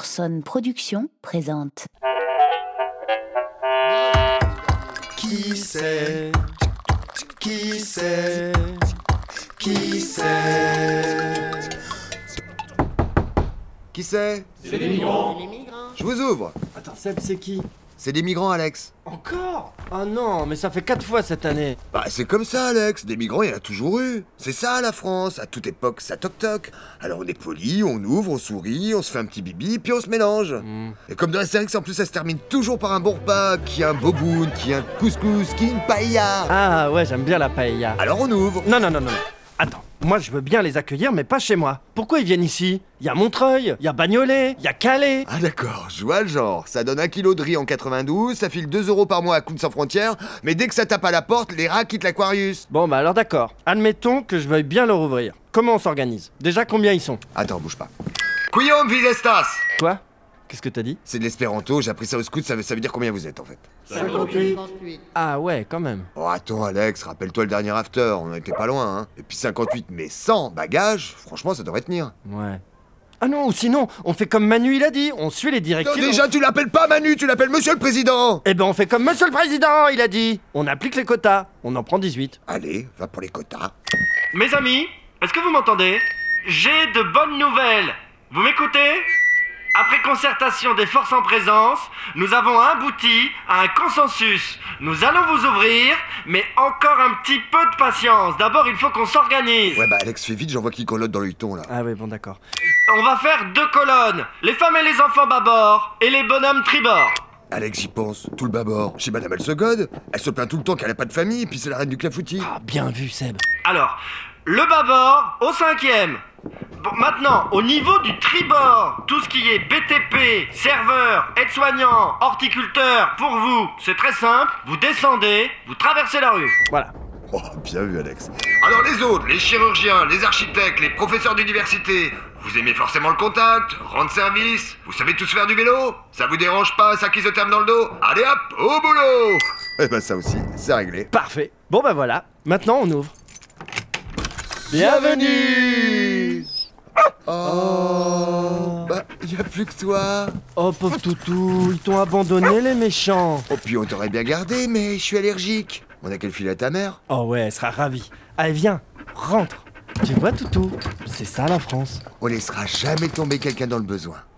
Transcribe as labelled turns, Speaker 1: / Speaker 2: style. Speaker 1: Orson Productions présente.
Speaker 2: Qui sait Qui sait Qui sait Qui sait C'est des migrants Je vous ouvre
Speaker 3: Attends, Seb, c'est qui
Speaker 2: C'est des migrants, Alex
Speaker 3: Encore Ah non, mais ça fait quatre fois cette année
Speaker 2: Bah, c'est comme ça, Alex Des migrants, il y en a toujours eu C'est ça, la France À toute époque, ça toc-toc Alors on est poli, on ouvre, on sourit, on se fait un petit bibi, puis on se mélange Et comme dans Astérix, en plus, ça se termine toujours par un bon repas, qui a un boboun, qui a un couscous, qui a une paella
Speaker 3: Ah ouais, j'aime bien la paella.
Speaker 2: Alors on ouvre
Speaker 3: Non, non, non, non, non. Attends, moi je veux bien les accueillir, mais pas chez moi. Pourquoi ils viennent ici Il y a Montreuil, il y a Bagnolet, il y a Calais.
Speaker 2: Ah d'accord, je vois le genre. Ça donne un kilo de riz en 92, ça file 2 euros par mois à Coupe sans frontières, mais dès que ça tape à la porte, les rats quittent l'Aquarius.
Speaker 3: Bon bah alors d'accord, admettons que je veuille bien leur ouvrir. Comment on s'organise Déjà combien ils sont
Speaker 2: Attends, bouge pas. Couillon, visestas
Speaker 3: Quoi Qu'est-ce que t'as dit
Speaker 2: C'est de l'espéranto, j'ai appris ça au scout, ça veut, ça veut dire combien vous êtes en fait.
Speaker 3: Ah ouais, quand même.
Speaker 2: Oh attends Alex, rappelle-toi le dernier after, on était pas loin, hein. Et puis 58 mais 100 bagages, franchement ça devrait tenir.
Speaker 3: Ouais. Ah non, ou sinon, on fait comme Manu il a dit, on suit les
Speaker 2: Non,
Speaker 3: directives.
Speaker 2: déjà tu l'appelles pas Manu, tu l'appelles Monsieur le Président
Speaker 3: Eh ben on fait comme Monsieur le Président, il a dit. On applique les quotas, on en prend 18.
Speaker 2: Allez, va pour les quotas.
Speaker 3: Mes amis, est-ce que vous m'entendez J'ai de bonnes nouvelles. Vous m'écoutez Après concertation des forces en présence, nous avons abouti à un consensus. Nous allons vous ouvrir, mais encore un petit peu de patience. D'abord, il faut qu'on s'organise.
Speaker 2: Ouais bah Alex, fais vite, j'en vois qui collotte dans le ton là.
Speaker 3: Ah oui, bon d'accord. On va faire deux colonnes. Les femmes et les enfants bâbord et les bonhommes tribord.
Speaker 2: Alex, j'y pense, tout le bâbord. Chez Madame Elsegod, elle se plaint tout le temps qu'elle a pas de famille, puis c'est la reine du clafoutis.
Speaker 3: Ah, bien vu, Seb.
Speaker 4: Alors, le bâbord au cinquième. Bon, maintenant, au niveau du tribord, tout ce qui est BTP, serveur, aide-soignant, horticulteur, pour vous, c'est très simple. Vous descendez, vous traversez la rue.
Speaker 3: Voilà.
Speaker 2: Oh, bien vu, Alex. Alors les autres, les chirurgiens, les architectes, les professeurs d'université, vous aimez forcément le contact, rendre service, vous savez tous faire du vélo Ça vous dérange pas un sac isotherme dans le dos Allez hop, au boulot Eh ben ça aussi, c'est réglé.
Speaker 3: Parfait. Bon, bah voilà. Maintenant, on ouvre. Bienvenue
Speaker 2: Oh Bah, y a plus que toi
Speaker 3: Oh, pauvre toutou, ils t'ont abandonné, les méchants.
Speaker 2: Oh, puis on t'aurait bien gardé, mais je suis allergique. On a qu'elle file à ta mère
Speaker 3: Oh ouais, elle sera ravie. Allez, viens, rentre. Tu vois, Toutou, c'est ça la France.
Speaker 2: On laissera jamais tomber quelqu'un dans le besoin.